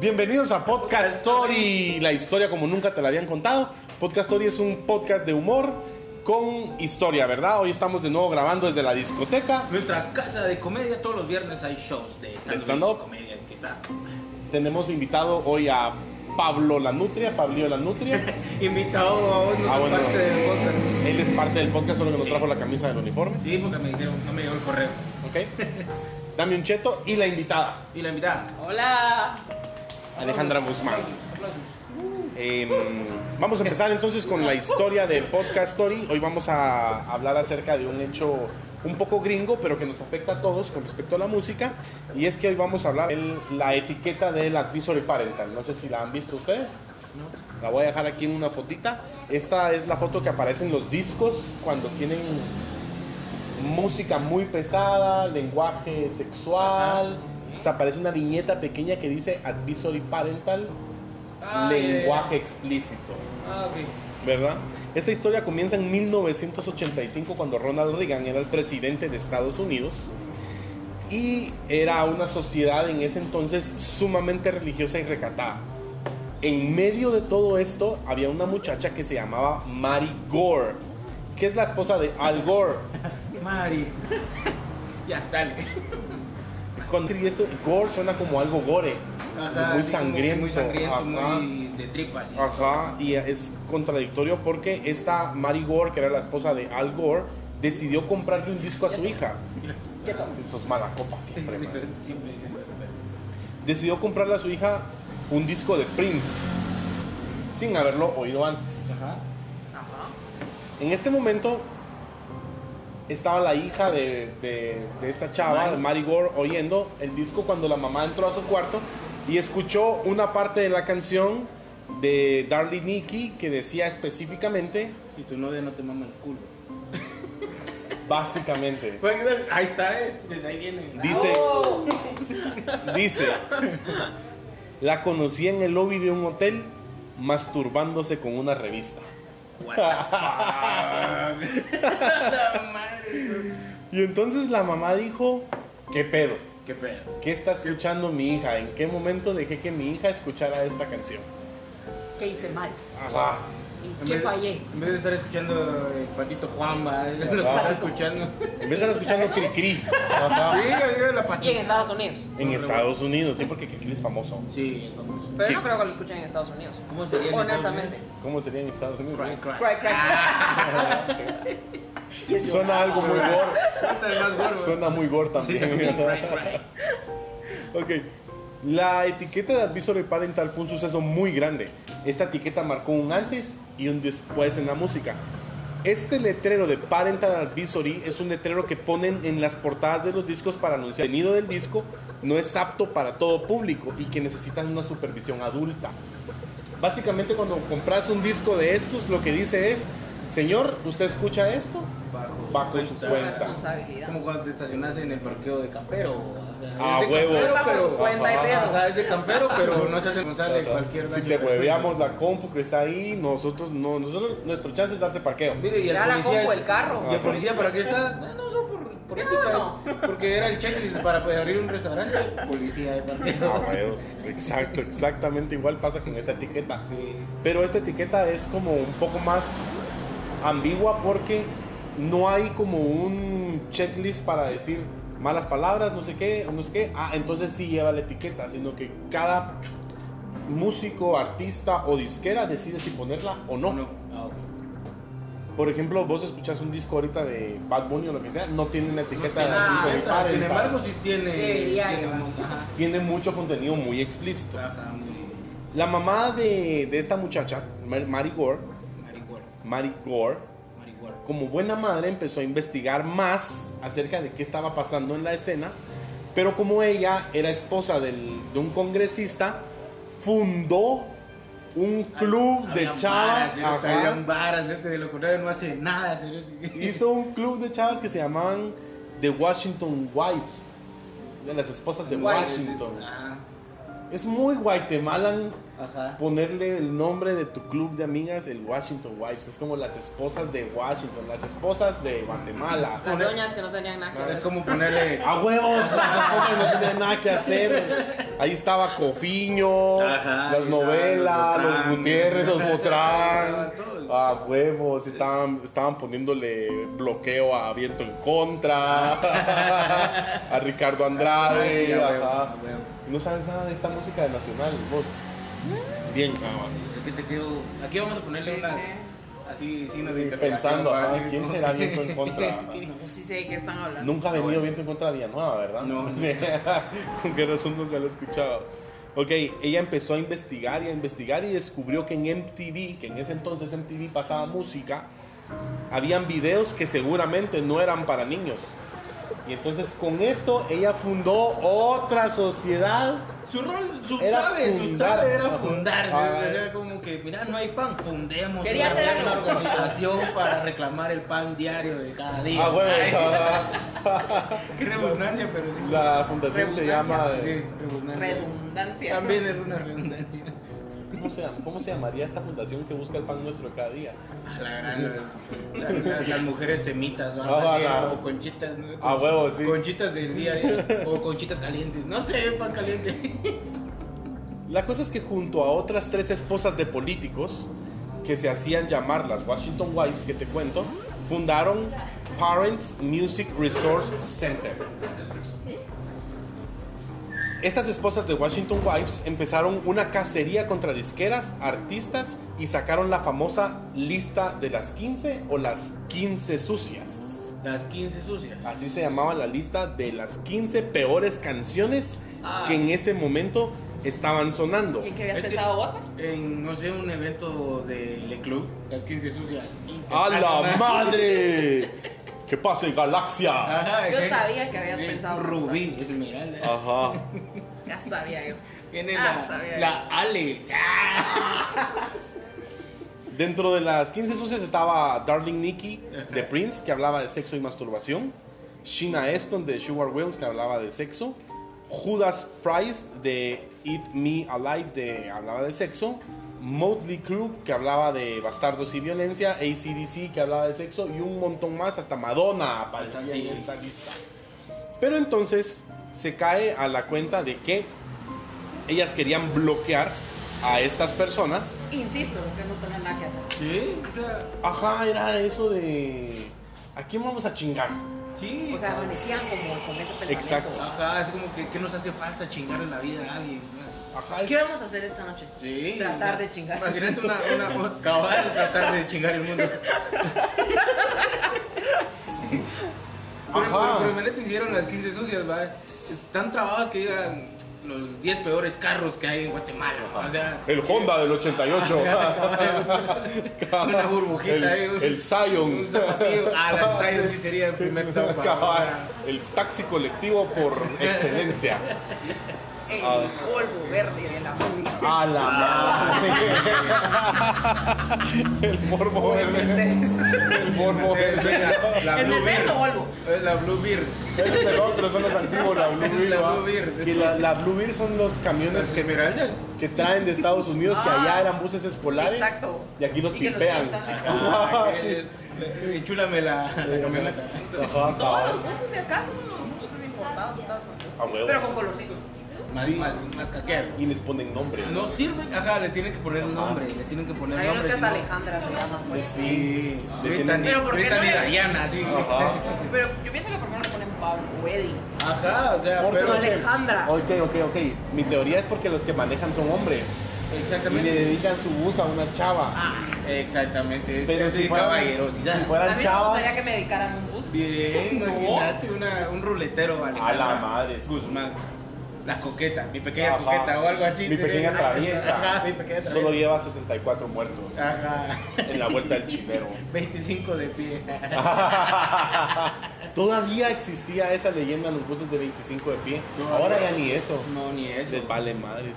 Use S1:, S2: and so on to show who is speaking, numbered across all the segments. S1: Bienvenidos a Podcast Story, la historia como nunca te la habían contado. Podcast Story es un podcast de humor con historia, ¿verdad? Hoy estamos de nuevo grabando desde la discoteca.
S2: Nuestra casa de comedia, todos los viernes hay shows de stand-up.
S1: stand-up.
S2: y comedia, que está.
S1: Tenemos invitado hoy a Pablo La Nutria, Pablillo La Nutria.
S2: Invitado a hoy, no
S1: Ah,
S2: soy
S1: bueno.
S2: parte del podcast.
S1: Él es parte del podcast, solo que nos trajo la camisa del uniforme.
S2: Sí, porque me dijeron, no me llegó el correo.
S1: ¿Ok? Dame un cheto y la invitada,
S2: Y la invitada.
S3: Hola.
S1: Alejandra Guzmán. Em, vamos a empezar entonces con la historia de Podcast Story. Hoy vamos a hablar acerca de un hecho un poco gringo, pero que nos afecta a todos con respecto a la música. Y es que hoy vamos a hablar de la etiqueta del Advisory Parental. No sé si la han visto ustedes. La voy a dejar aquí en una fotita. Esta es la foto que aparece en los discos cuando tienen música muy pesada, lenguaje sexual. O sea, aparece una viñeta pequeña que dice Advisory Parental
S2: Ah,
S1: lenguaje explícito,
S2: Ah, ok.
S1: ¿verdad? Esta historia comienza en 1985 cuando Ronald Reagan era el presidente de Estados Unidos y era una sociedad en ese entonces sumamente religiosa y recatada. En medio de todo esto había una muchacha que se llamaba Mary Gore, que es la esposa de Al Gore.
S2: Mari. ya, dale.
S1: Cuando escribí esto, Gore suena como algo gore,
S2: Ajá,
S1: muy
S2: así como que
S1: sangriento.
S2: Muy sangriento,
S1: ajá. Ah.
S2: muy de tripas. ¿sí?
S1: Ajá, y es contradictorio porque esta Mary Gore, que era la esposa de Al Gore, decidió comprarle un disco a su hija. ¿Qué tal? Sos mala copa
S2: Sí,
S1: siempre,
S2: sí,
S1: man.
S2: pero siempre.
S1: Decidió comprarle a su hija un disco de Prince sin haberlo oído antes.
S2: Ajá.
S1: En este momento estaba la hija de, de- de esta chava, de Mary Gore, oyendo el disco cuando la mamá entró a su cuarto y escuchó una parte de la canción de Darling Nikki que decía específicamente
S2: Si tu novia no te mama el culo.
S1: Básicamente.
S2: Ahí está, eh. Desde ahí viene.
S1: Dice, dice, la conocí en el lobby de un hotel masturbándose con una revista.
S2: What the Ah, fuck? La madre.
S1: Y entonces la mamá dijo, ¿qué pedo?
S2: Qué pedo.
S1: ¿Qué está escuchando mi hija? ¿En qué momento dejé que mi hija escuchara esta canción?
S3: ¿Qué hice mal?
S1: Ajá.
S3: ¿Y
S2: En
S3: qué
S2: vez-
S3: fallé?
S2: En vez de estar escuchando el patito Juanba, es lo que estaba escuchando. Ah.
S1: En vez de estar escuchando los Cricri. Ajá.
S2: Sí, así de la
S3: Y en
S2: patita.
S3: Estados Unidos.
S1: En Estados Unidos, sí, porque Cricri es famoso.
S2: Sí, es famoso.
S3: Pero
S1: ¿Qué?
S3: no creo que lo escuchen en Estados Unidos.
S2: ¿Cómo sería en
S3: Honestamente.
S2: Estados
S1: ¿Cómo sería en Estados Unidos?
S2: Cry, Ah. cry.
S3: Cry, cry.
S1: Suena algo muy gore.
S2: Puta, es más gordo. ¿eh?
S1: Suena muy gore
S2: Sí,
S1: también.
S2: también, cry, cry.
S1: Ok. La etiqueta de Advisory Parental fue un suceso muy grande. Esta etiqueta marcó un antes y un después en la música. Este letrero de Parental Advisory es un letrero que ponen en las portadas de los discos para anunciar el contenido del disco no es apto para todo público y que necesitan una supervisión adulta. Básicamente cuando compras un disco de estos lo que dice es, señor, usted escucha esto,
S2: Bajo,
S1: Bajo su
S3: Una
S1: cuenta.
S3: responsabilidad.
S2: Como cuando te estacionas en el parqueo de campero. O sea,
S1: Ah,
S2: es de
S1: huevos.
S2: campero,
S3: Bajo su cuenta y
S2: Ajá.
S3: riesgo.
S2: O sea, es de campero, pero no se hace responsable de cualquier
S1: si
S2: daño.
S1: te hueveamos la compu que está ahí, nosotros no, nosotros, nuestro chance es darte parqueo.
S2: Mire, y el
S3: Ya la
S2: policía
S3: compu,
S2: es-
S3: el carro.
S2: ¿Y el policía para qué está? No, no, solo por, por
S3: No,
S2: ética.
S3: no.
S2: Porque era el checklist para poder abrir un restaurante. Policía de parqueo.
S1: Ah, huevos. Exacto, exactamente igual pasa con esta etiqueta.
S2: Sí.
S1: Pero esta etiqueta es como un poco más ambigua porque no hay como un checklist para decir malas palabras, no sé qué, no sé qué. Ah, entonces sí lleva la etiqueta, sino que cada músico, artista o disquera decide si ponerla o no.
S2: No. Ah, ok.
S1: Por ejemplo, vos escuchás un disco ahorita de Bad Bunny o lo que sea, no tiene una etiqueta
S2: No
S1: de
S2: tiene
S3: Ah,
S1: Advisory
S2: etiqueta,
S1: Parental.
S2: Sin embargo, sí tiene.
S3: Debería
S2: tiene
S3: llevar.
S2: un- ajá.
S1: tiene mucho contenido muy explícito.
S2: Ajá, muy
S1: La mamá de, de esta muchacha, Mar- Mary Gore,
S2: marihuana,
S1: Mary Gore,
S2: marihuana.
S1: como buena madre empezó a investigar más acerca de qué estaba pasando en la escena, pero como ella era esposa del- de un congresista, fundó un club de
S2: Había
S1: chavas,
S2: varas,
S1: ajá,
S2: había un bar, hacerte de lo contrario no hace nada. hacer-
S1: hizo un club de chavas que se llamaban The Washington Wives, de las esposas de
S3: Wives.
S1: Washington.
S2: Ajá.
S1: Es muy guatemalan
S2: Ah, Ajá.
S1: ponerle el nombre de tu club de amigas, el Washington Wives. Es como las esposas de Washington, las esposas de Guatemala.
S3: Las doñas que no tenían nada que
S2: Es
S3: hacer.
S2: como ponerle.
S1: ¡A huevos! Las esposas no tenían nada que hacer. Ahí estaba Cofiño,
S2: Ajá,
S1: las
S2: ahí
S1: novelas,
S2: estaban
S1: los,
S2: los Botrán.
S1: Gutiérrez, los Botrán.
S2: Todos.
S1: A huevos, estaban, estaban poniéndole bloqueo a Viento en Contra, a Ricardo Andrade.
S2: Sí, a huevo,
S1: Ah, ajá.
S2: a huevo.
S1: No sabes nada de esta música de Nacional, vos.
S2: Mm.
S1: Bien, cabrón.
S2: Aquí te quiero. Aquí vamos a ponerle unas. Así, signos de
S1: Sí,
S2: interrogación.
S1: pensando,
S2: para
S1: ajá,
S2: ver
S1: ¿quién
S2: cómo-
S1: será viento en contra?
S3: No, pues sí sé de qué están hablando.
S1: Nunca ha venido viento en contra de Villanueva, ¿verdad?
S2: Ah, No.
S1: Sí. ¿Con qué razón nunca lo he escuchado? Ok, ella empezó a investigar y a investigar y descubrió que en MTV, que en ese entonces MTV pasaba música, habían videos que seguramente no eran para niños. Y entonces con esto ella fundó otra sociedad.
S2: Su rol, su
S1: Era
S2: clave, su
S1: fundar.
S2: clave era
S1: Ajá.
S2: fundarse.
S1: Ah,
S2: o sea, era como que, mira, no hay pan, fundemos.
S3: Quería
S2: una-
S3: hacer
S2: una
S3: algo.
S2: organización para reclamar el pan diario de cada día.
S1: Ah, bueno,
S2: Ay,
S1: esa-
S2: Qué rebusnancia, pero sí.
S1: la fundación se llama...
S2: Sí, rebusnancia.
S3: Redundancia.
S2: También era una redundancia.
S1: ¿Cómo se, llama- ¿Cómo se llamaría esta fundación que busca el pan nuestro cada día?
S2: A la gran, la- la- las, mujeres semitas, ¿no?
S1: Ah,
S2: Así,
S1: la-
S2: o conchitas, ¿no?
S1: Ah, huevo, sí.
S2: Conchitas del día, ¿eh? o conchitas calientes, no sé, pan caliente.
S1: La cosa es que junto a otras tres esposas de políticos que se hacían llamar las Washington Wives que te cuento, fundaron Parents Music Resource Center. Estas esposas de Washington Wives empezaron una cacería contra disqueras, artistas y sacaron la famosa lista de las 15 o las 15 sucias.
S2: Las 15 sucias.
S1: Así se llamaba la lista de las 15 peores canciones
S2: Ah.
S1: que en ese momento estaban sonando.
S3: ¿Y en qué habías
S2: Es que-
S3: pensado vos? pues?
S2: Este, En, no sé, un evento de Le Club, las 15 sucias.
S1: ¡A la
S2: Ajá,
S1: madre! ¡Que pase Galaxia!
S2: ajá.
S3: Yo sabía que habías
S2: Sí,
S3: pensado.
S2: Rubí, esmeralda.
S1: Ajá.
S3: Ya sabía yo.
S2: Viene
S3: Ah,
S2: ¿eh? la,
S3: sabía.
S2: la Ale. Ah.
S1: Dentro de las 15 sucias estaba Darling Nikki
S2: Ajá.
S1: de Prince, que hablaba de sexo y masturbación. Sheena Eston de Sugar Wills, que hablaba de sexo. Judas Price de Eat Me Alive, de hablaba de sexo. Motley Crue, que hablaba de bastardos y violencia. ACDC, que hablaba de sexo. Y un montón más, hasta Madonna aparecía
S2: Hasta
S1: en
S2: sí.
S1: esta lista. Pero entonces se cae a la cuenta de que ellas querían bloquear a estas personas
S3: Insisto, que no tenían nada que hacer.
S2: Sí, o sea,
S1: Ajá, era eso de. ¿A quién vamos a chingar?
S2: sí.
S3: O sea, amanecían como con ese pensamiento.
S1: Exacto.
S2: Ajá, es como que, ¿qué nos hace falta chingar en la vida a alguien? ¿no?
S1: Ajá, es-
S3: ¿Qué vamos a hacer esta noche?
S2: Sí.
S3: Tratar de chingar.
S2: Imagínate una, una, una- cabal, tratar de chingar el mundo. Pero, pero, pero
S1: Ajá.
S2: imagínate, hicieron las 15 sucias, ¿va? Están trabados que digan los 10 peores carros que hay en Guatemala. ¿va? O sea,
S1: El Honda del 88.
S2: una burbujita
S1: el,
S2: ahí. un-
S1: el Scion.
S2: Un zapatillo. Ah, la del Scion sí sería el primer top. ¿va?
S1: Cabal, El taxi colectivo por excelencia.
S3: El
S1: Ah.
S3: polvo verde de la movie.
S1: A la madre. El morbo verde. El morbo
S2: Mercedes,
S1: verde.
S2: venga, la
S3: ¿El
S2: Blue
S3: Mercedes
S2: Beer.
S3: o Volvo?
S2: Eh, La Blue Beer.
S1: Ese es el otro, son los antiguos, la Blue Beer.
S2: La
S1: ¿va?
S2: Blue Beer.
S1: Que la, la Blue Beer son los camiones
S2: Las
S1: que
S2: esmeraldas.
S1: que traen de Estados Unidos, que
S3: Ah,
S1: allá eran buses escolares.
S3: exacto.
S1: Y aquí los
S3: Y que los
S1: pimpean.
S3: pintan.
S2: Ah, que- eh, Enchúlame la la camioneta.
S1: Ajá,
S3: Todos
S1: cabal.
S3: los buses de acá son unos buses importados, Estados Unidos.
S1: A huevo.
S3: Pero con colorcito.
S2: Más,
S1: Sí.
S2: más, más caquero.
S1: Y les ponen nombre.
S2: No sirven, ajá, le tienen que poner un nombre, les tienen que poner
S3: Hay unos
S2: nombre.
S3: que
S2: si
S3: hasta
S2: no-
S3: Alejandra se llaman. pues.
S1: Sí. Le
S2: Brittany,
S1: tienen-
S3: Pero ¿por qué
S2: Brittany
S3: no era?
S2: Diana, así.
S1: Ajá.
S3: Pero yo pienso que por qué no le ponen Pablo, Eddie.
S2: Ajá, o sea,
S1: Porque
S2: pero
S1: los que-
S3: Alejandra.
S1: Ok, ok, ok. Mi teoría es porque los que manejan son hombres. Y le
S2: exactamente.
S1: dedican su bus a una chava.
S2: Exactamente, es,
S1: Pero
S2: es
S1: si
S2: de
S1: fueran-
S2: caballerosidad.
S1: si
S3: Ah. a
S1: fueran
S3: mí me
S1: chavas.
S3: gustaría que me dedicaran un bus.
S2: Bien, imagínate una, un ruletero,
S1: A
S2: Alejandra
S1: la madre. sí.
S2: Guzmán. La coqueta, mi pequeña
S1: Ajá.
S2: coqueta o algo así.
S1: Mi
S2: sería-
S1: pequeña traviesa.
S2: Ajá, mi pequeña traviesa. Ah.
S1: Solo lleva 64 muertos
S2: Ajá.
S1: en la vuelta del chilero.
S2: 25 de pie.
S1: Todavía existía esa leyenda en los buses de 25 de pie.
S2: No,
S1: Ahora
S2: no.
S1: ya ni eso.
S2: No, ni eso.
S1: Les vale madres.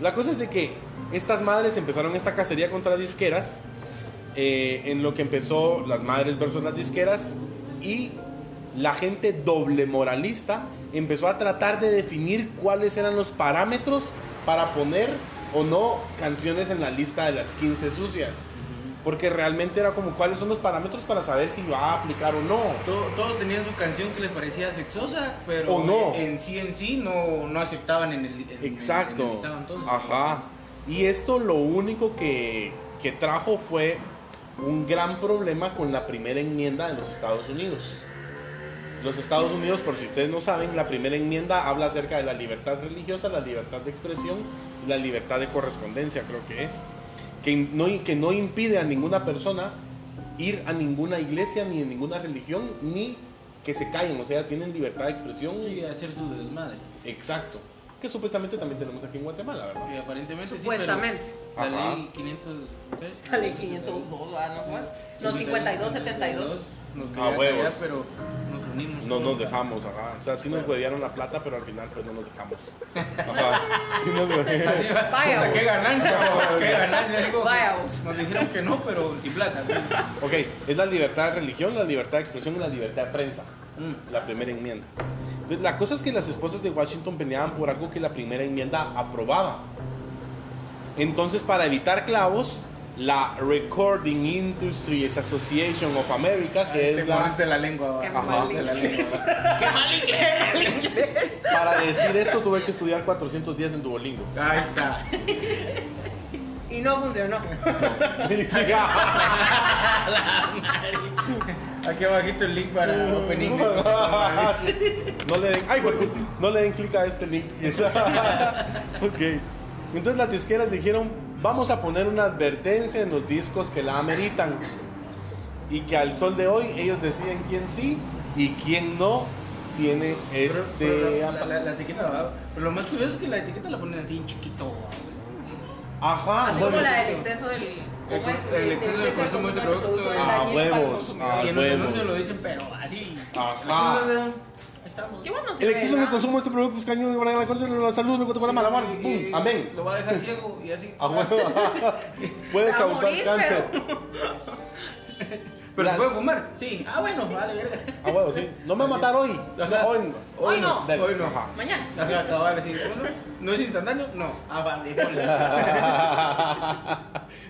S1: La cosa es de que estas madres empezaron esta cacería contra disqueras, eh, en lo que empezó las madres versus las disqueras y la gente doble moralista empezó a tratar de definir cuáles eran los parámetros para poner o no canciones en la lista de las 15 sucias. Porque realmente era como cuáles son los parámetros para saber si va a aplicar o no.
S2: To- Todos tenían su canción que les parecía sexosa, pero
S1: O no.
S2: en sí en sí no, no aceptaban en el en- en- en el
S1: Exacto.
S2: listado entonces.
S1: Ajá. Y esto lo único que, que trajo fue un gran problema con la primera enmienda de los Estados Unidos. Los Estados Unidos, por si ustedes no saben, la primera enmienda habla acerca de la libertad religiosa, la libertad de expresión y la libertad de correspondencia, creo que es. Que no, que no impide a ninguna persona ir a ninguna iglesia ni en ninguna religión ni que se callen, o sea, tienen libertad de expresión.
S2: Sí, hacer su desmadre.
S1: Exacto. Que supuestamente también tenemos aquí en Guatemala, ¿verdad?
S2: Que aparentemente sí,
S4: Supuestamente.
S2: pero la
S1: Ajá.
S2: ley 503.
S3: Dale 502, ¿verdad? No, pues. No, 52, 72.
S2: Nos
S1: Ah,
S2: quedamos
S1: huevos.
S2: allá, pero nos unimos.
S1: No
S2: todos.
S1: nos dejamos, ajá. O sea, sí nos huevearon la plata, pero al final pues no nos dejamos. Ajá. Sí nos huevearon.
S2: Así va.
S4: Vaya,
S2: Puta,
S4: vos.
S2: qué ganancia, vos, qué ganancia. digo,
S3: Vaya,
S2: que
S3: vos.
S2: Nos dijeron que no, pero sin plata.
S1: Ok, es la libertad de religión, la libertad de expresión y la libertad de prensa.
S2: Mm.
S1: La primera enmienda. Entonces, La cosa es que las esposas de Washington peleaban por algo que la primera enmienda aprobaba. Entonces, para evitar clavos, la Recording Industries Association of America, que
S2: Te
S1: es la...
S2: moriste la lengua.
S4: Qué
S2: va.
S1: mal
S2: Moriste la lengua.
S1: Para decir esto tuve que estudiar 400 días en Duolingo.
S2: va. Ahí está.
S3: Y no funcionó.
S1: Sí, ah.
S2: Aquí abajito el link para Open
S1: Este,
S2: English.
S1: Sí. No le den, ay, güey, no le den clic a este link. ok. Entonces las disqueras dijeron, vamos a poner una advertencia en los discos que la ameritan. Y que al sol de hoy ellos deciden quién sí y quién no tiene
S2: Pero- pero
S1: este...
S2: la, la- la- la etiqueta va. Pero lo más curioso es que la etiqueta la ponen así en chiquito. va.
S1: Ajá,
S3: Así como
S1: bueno.
S3: la del exceso del. ¿cómo es?
S2: Ah, El exceso del consumo de este producto. Ah,
S3: es dañino para el
S1: huevos.
S2: y
S3: consumidor.
S1: Ah,
S2: en los
S1: huevo.
S2: anuncios lo dicen, pero así.
S1: Ajá.
S2: Ahí estamos.
S3: Qué bueno se
S1: El
S3: ve,
S1: exceso del
S3: ¿verdad?
S1: consumo de este producto es cañón de la concha de la salud de Guatemala, Malabar.
S2: Y-
S1: Pum,
S2: y-
S1: Amén.
S2: Lo va a dejar ciego y así.
S1: A huevo. Puede
S3: Se va a
S1: causar
S3: morir,
S1: cáncer.
S2: Pero
S1: Las-
S2: se puede fumar. Sí. Ah, bueno, vale, verga.
S1: A huevo, Ah, sí. No me va a matar hoy.
S2: Ajá.
S1: No, hoy
S3: Hoy no.
S1: Dale.
S2: Hoy no.
S1: Ajá.
S3: Mañana.
S2: Ajá, acababa de decir, bueno, ¿no es instantáneo? No. Ah, vale.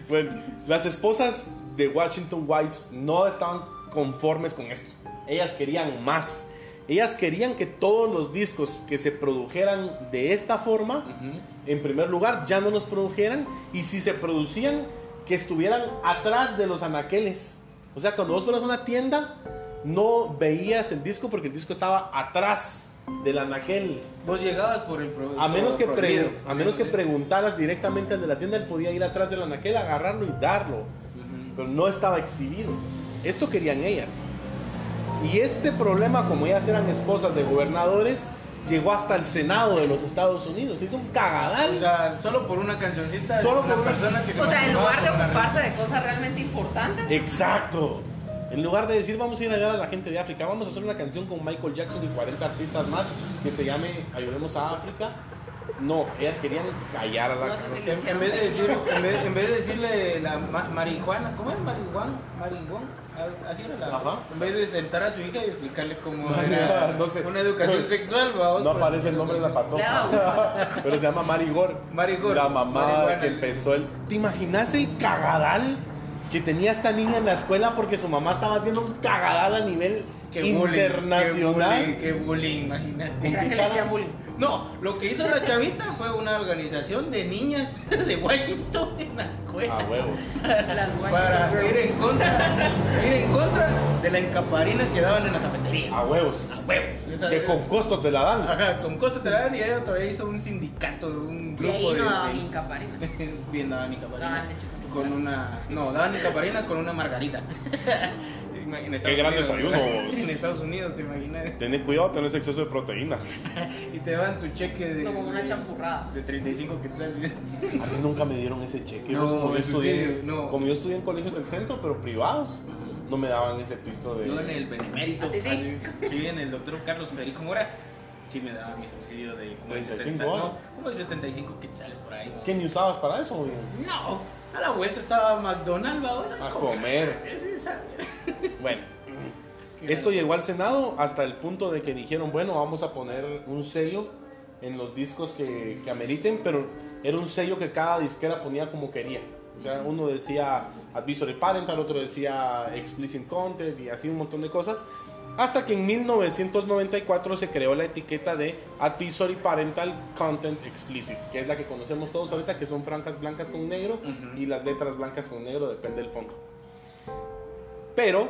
S1: bueno, las esposas de Washington Wives no estaban conformes con esto. Ellas querían más. Ellas querían que todos los discos que se produjeran de esta forma, en primer lugar, ya no los produjeran. Y si se producían, que estuvieran atrás de los anaqueles. O sea, cuando vos fueras a una tienda, no veías el disco porque el disco estaba atrás del anaquel.
S2: Vos llegabas por el pro-
S1: A menos,
S2: por-
S1: que pre-
S2: prohibido.
S1: a menos que preguntaras directamente al de la tienda, él podía ir atrás del anaquel, agarrarlo y darlo.
S2: Ujú.
S1: Pero no estaba exhibido. Esto querían ellas. Y este problema, como ellas eran esposas de gobernadores, llegó hasta el Senado de los Estados Unidos. Se hizo un
S2: O
S1: cagadal.
S2: sea, solo por una cancioncita. de
S1: Solo
S2: una
S1: por una-
S2: persona que se
S3: O sea, en lugar
S2: masturbaba
S3: de
S2: con la- Eh,
S3: ocuparse de cosas realmente importantes,
S1: Exacto. En lugar de decir vamos a ir a ayudar a la gente de África, vamos a hacer una canción con Michael Jackson y 40 artistas más que se llame Ayudemos a África. No, ellas querían callar a la
S3: No sé si
S2: O sea, en vez de decir, en vez, en vez de decirle la ma- marihuana, ¿cómo es marihuana? Marihuana, a- así era la.
S1: Ajá.
S2: En vez de sentar a su hija y explicarle cómo
S1: Marihuana,
S2: era
S1: no sé.
S2: una educación
S1: No,
S2: sexual, vamos,
S1: No
S2: por
S1: aparece el
S2: ejemplo,
S1: nombre de la
S2: educación.
S1: patota. Pero se llama Marigor.
S2: Marigor.
S1: La mamá
S2: Marihuana.
S1: que empezó el. ¿Te imaginas el cagadal que tenía esta niña en la escuela porque su mamá estaba haciendo un cagadal a nivel
S2: Qué bullying,
S1: internacional?
S2: Qué bullying, qué bullying, imagínate.
S3: ¿será que le hacía bullying?
S2: No, lo que hizo la chavita fue una organización de niñas de Washington en la escuela.
S1: A huevos.
S3: Las
S2: para
S3: Washington
S2: ir
S3: Girls.
S2: en contra, ir en contra de la encaparina que daban en la cafetería.
S1: A huevos.
S2: A huevo. Esa-
S1: Que con costos te la dan.
S2: Ajá, con Costa Terán y ella todavía hizo un sindicato, un
S3: Y
S2: grupo
S3: ahí
S2: de.
S3: no daban
S2: de-
S3: incaparina.
S2: Bien, daban Nicaparina.
S3: Daban leche con
S2: con una. No, daban Nicaparina con una margarita. En Estados
S1: gran
S2: Unidos,
S1: desayuno,
S2: ¿verdad?
S1: vos.
S2: En Estados Unidos, te imaginas.
S1: Tenés cuidado, tenés exceso de proteínas.
S2: Y te daban tu cheque de.
S3: Como una
S2: de-
S3: champurrada.
S2: De 35 quetzales.
S1: A mí nunca me dieron ese cheque.
S2: No,
S1: vos, como, yo
S2: eso
S1: estudié,
S2: sí, no.
S1: como yo estudié en colegios del centro, pero privados, no me daban ese pisto de.
S2: Yo en el Benemérito.
S3: ¿A ti sí?
S2: así, Sí, en el doctor Carlos Federico Mora. Sí, me daba mi subsidio de como de
S1: 35
S2: 70,
S1: bolas.
S2: no, como de 75 quetzales por ahí. ¿no?
S1: ¿Qué ni usabas para eso? güey?
S2: No, a la vuelta estaba McDonald's, vamos
S1: A comer.
S2: Es esa.
S1: Bueno, esto llegó al Senado hasta el punto de que dijeron, bueno, vamos a poner un sello en los discos que, que ameriten, pero era un sello que cada disquera ponía como quería. O sea, uno decía Advisory Parental, otro decía Explicit Content y así un montón de cosas. Hasta que en 1994 se creó la etiqueta de Advisory Parental Content Explicit, que es la que conocemos todos ahorita, que son franjas blancas con negro
S2: Ujú.
S1: y las letras blancas con negro, depende del fondo. Pero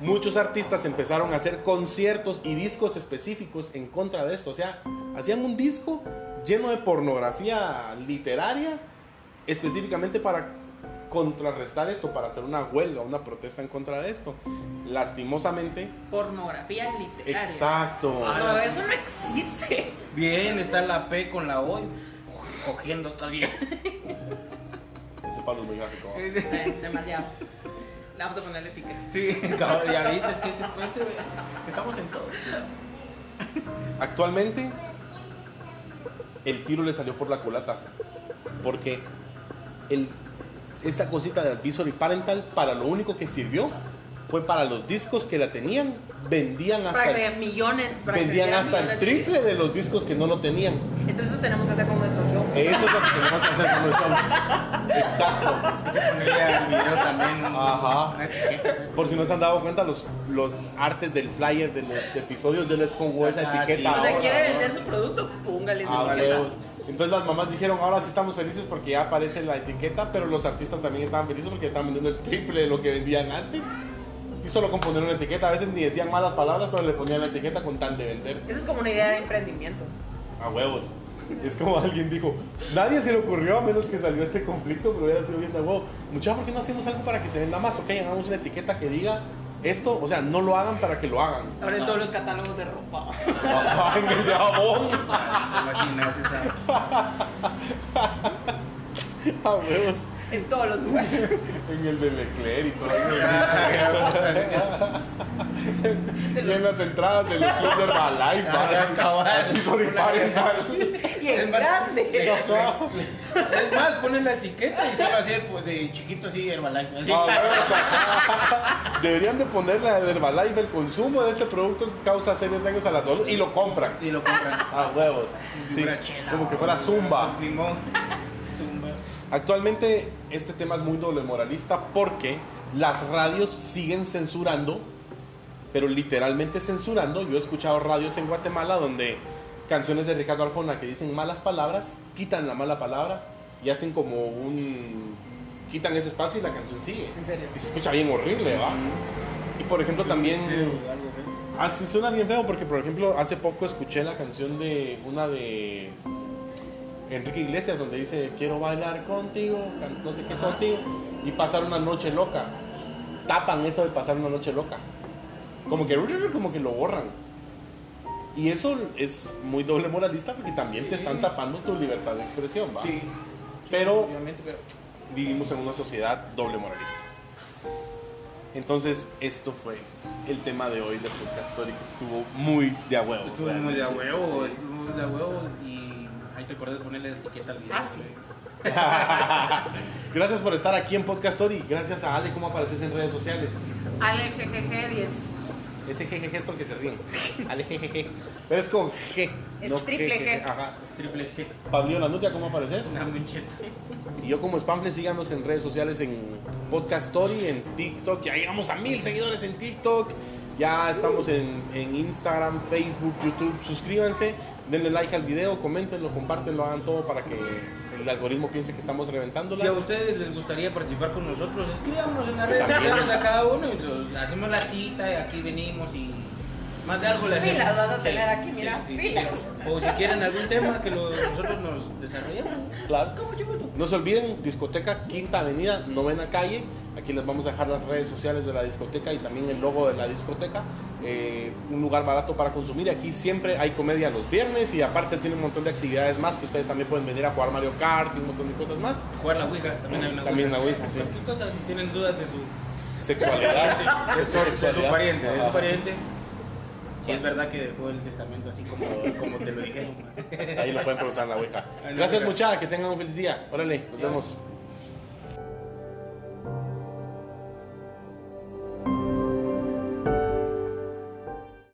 S1: muchos artistas empezaron a hacer conciertos y discos específicos en contra de esto. O sea, hacían un disco lleno de pornografía literaria específicamente para contrarrestar esto, para hacer una huelga, una protesta en contra de esto. Lastimosamente.
S3: Pornografía literaria.
S1: Exacto.
S2: Ah,
S3: No, eso no existe.
S2: Bien, está la P con la O. Cogiendo todavía.
S1: Ese palo es muy gráfico.
S3: Eh, Demasiado. Le vamos a ponerle etiqueta.
S2: Sí, cabrón, ya viste, es que este, este- estamos en todo.
S1: Actualmente, el tiro le salió por la culata. Porque el, esta cosita de Advisory Parental, para lo único que sirvió fue para los discos que la tenían, vendían
S3: Para que se
S1: hasta,
S3: vean millones. para que se
S1: vendían
S3: vieran
S1: hasta el
S3: millones.
S1: triple de los discos que no lo tenían.
S4: Entonces tenemos que hacer con nuestros shows.
S1: Eso es lo que tenemos que hacer con los shows. Exacto.
S2: Hay que ponerle al video también. un-
S1: Ajá.
S2: una etiqueta.
S1: Por si no se han dado cuenta, los, los artes del flyer de los episodios, yo les pongo esa
S2: Ajá, Ah, sí.
S1: etiqueta.
S3: O sea,
S1: ahora.
S3: quiere vender su producto, póngale
S1: Ah,
S3: su
S1: huevos.
S3: etiqueta.
S1: Entonces las mamás dijeron, ahora sí estamos felices porque ya aparece la etiqueta, pero los artistas también estaban felices porque estaban vendiendo el triple de lo que vendían antes. Y solo con poner una etiqueta, a veces ni decían malas palabras, pero le ponían la etiqueta con tal de vender.
S4: Eso es como una idea de emprendimiento.
S1: A huevos. Es como alguien dijo, nadie se le ocurrió a menos que salió este conflicto, pero hubiera sido bien de huevo. Muchachos, ¿por qué no hacemos algo para que se venda más? Ok, hagamos una etiqueta que diga esto, o sea, no lo hagan para que lo hagan.
S3: Ahora en todos los catálogos de ropa.
S1: Ajá, en el de jabón.
S2: Ah, ¿te imaginas esa?
S1: A huevos.
S3: En todos los lugares.
S1: En el de Leclerc y todo eso. Y en las entradas del club de Herbalife,
S2: Ah,
S1: ¿verdad?
S2: cabal.
S1: Advisory parental.
S3: Y en
S2: Es más-
S3: grande.
S2: Es más, ponen la etiqueta y solo así pues, de chiquito así Herbalife. Así.
S1: Ah, bueno, o sea, Deberían de ponerle al Herbalife el consumo de este producto causa serios daños a la salud y lo compran.
S2: Y lo compras.
S1: A huevos.
S2: Si
S1: Sí,
S2: fuera chela,
S1: como que fuera
S2: o-
S1: zumba.
S2: Simón. Zumba.
S1: Actualmente este tema es muy doble moralista porque las radios siguen censurando, pero literalmente censurando. Yo he escuchado radios en Guatemala donde canciones de Ricardo Arjona que dicen malas palabras, quitan la mala palabra y hacen como un... quitan ese espacio y la canción sigue.
S4: En serio.
S1: Y se escucha bien horrible, ¿va? Y por ejemplo también...
S2: Sí, o algo feo.
S1: Así Ah, suena bien feo porque, por ejemplo, hace poco escuché la canción de una de Enrique Iglesias donde dice quiero bailar contigo, can- no sé qué contigo y pasar una noche loca. Tapan eso de pasar una noche loca. Como que como que lo borran. Y eso es muy doble moralista porque también te están tapando tu libertad de expresión, ¿va?
S2: Sí.
S1: Pero
S2: Obviamente, pero. pues,
S1: vivimos en una sociedad doble moralista. Entonces, esto fue el tema de hoy de Podcast Story, que estuvo muy Pues de a huevo.
S2: Estuvo muy de a huevo, estuvo muy de a huevo y ahí te acordás de ponerle la etiqueta al video.
S3: Ah, sí.
S2: güey.
S1: Gracias por estar aquí en Podcast Story. Gracias a Ale, ¿cómo apareces en redes sociales?
S4: Ale GGG 10.
S1: Ese jejeje es porque se ríen. Ale jejeje. Pero es con G.
S4: Es triple G.
S1: Ajá.
S2: Es triple G,
S1: Pabliola Nutia, ¿cómo apareces?
S2: una mucheta.
S1: Y yo como Spamfle, síganos en redes sociales, en Podcast Story, en TikTok. Ya llegamos a mil seguidores en TikTok. Ya estamos en, en Instagram, Facebook, YouTube. Suscríbanse, denle like al video, coméntenlo, compártenlo, hagan todo para que el algoritmo piense que estamos
S2: Si a
S1: reventándola.
S2: ustedes les gustaría participar con nosotros, escribámonos en las redes
S1: También.
S2: sociales a cada uno y los- hacemos la cita y aquí venimos y más de algo le hacemos.
S4: Filas vas a
S2: Sí,
S4: tener aquí, mira, filas.
S2: O si quieren algún tema que lo- nosotros nos desarrollemos.
S1: Claro.
S2: ¿Cómo chicos?
S1: No se olviden, discoteca Quinta Avenida, novena calle. Aquí les vamos a dejar las redes sociales de la discoteca y también el logo de la discoteca. Eh, un lugar barato para consumir. Aquí siempre hay comedia los viernes y aparte tiene un montón de actividades más que ustedes también pueden venir a jugar Mario Kart y un montón de cosas más.
S2: Jugar la Ouija, también hay una
S1: También la Ouija, sí.
S2: Cualquier cosa, si tienen dudas de su
S1: Sexualidad.
S2: de su, de su pariente, de
S1: Ajá.
S2: su pariente. Si es verdad que dejó el testamento así como, como te lo dijeron. man.
S1: Ahí lo pueden preguntar en la Ouija.
S2: En la
S1: Gracias
S2: Ouija.
S1: muchachas, que tengan un feliz día. Órale, nos vemos.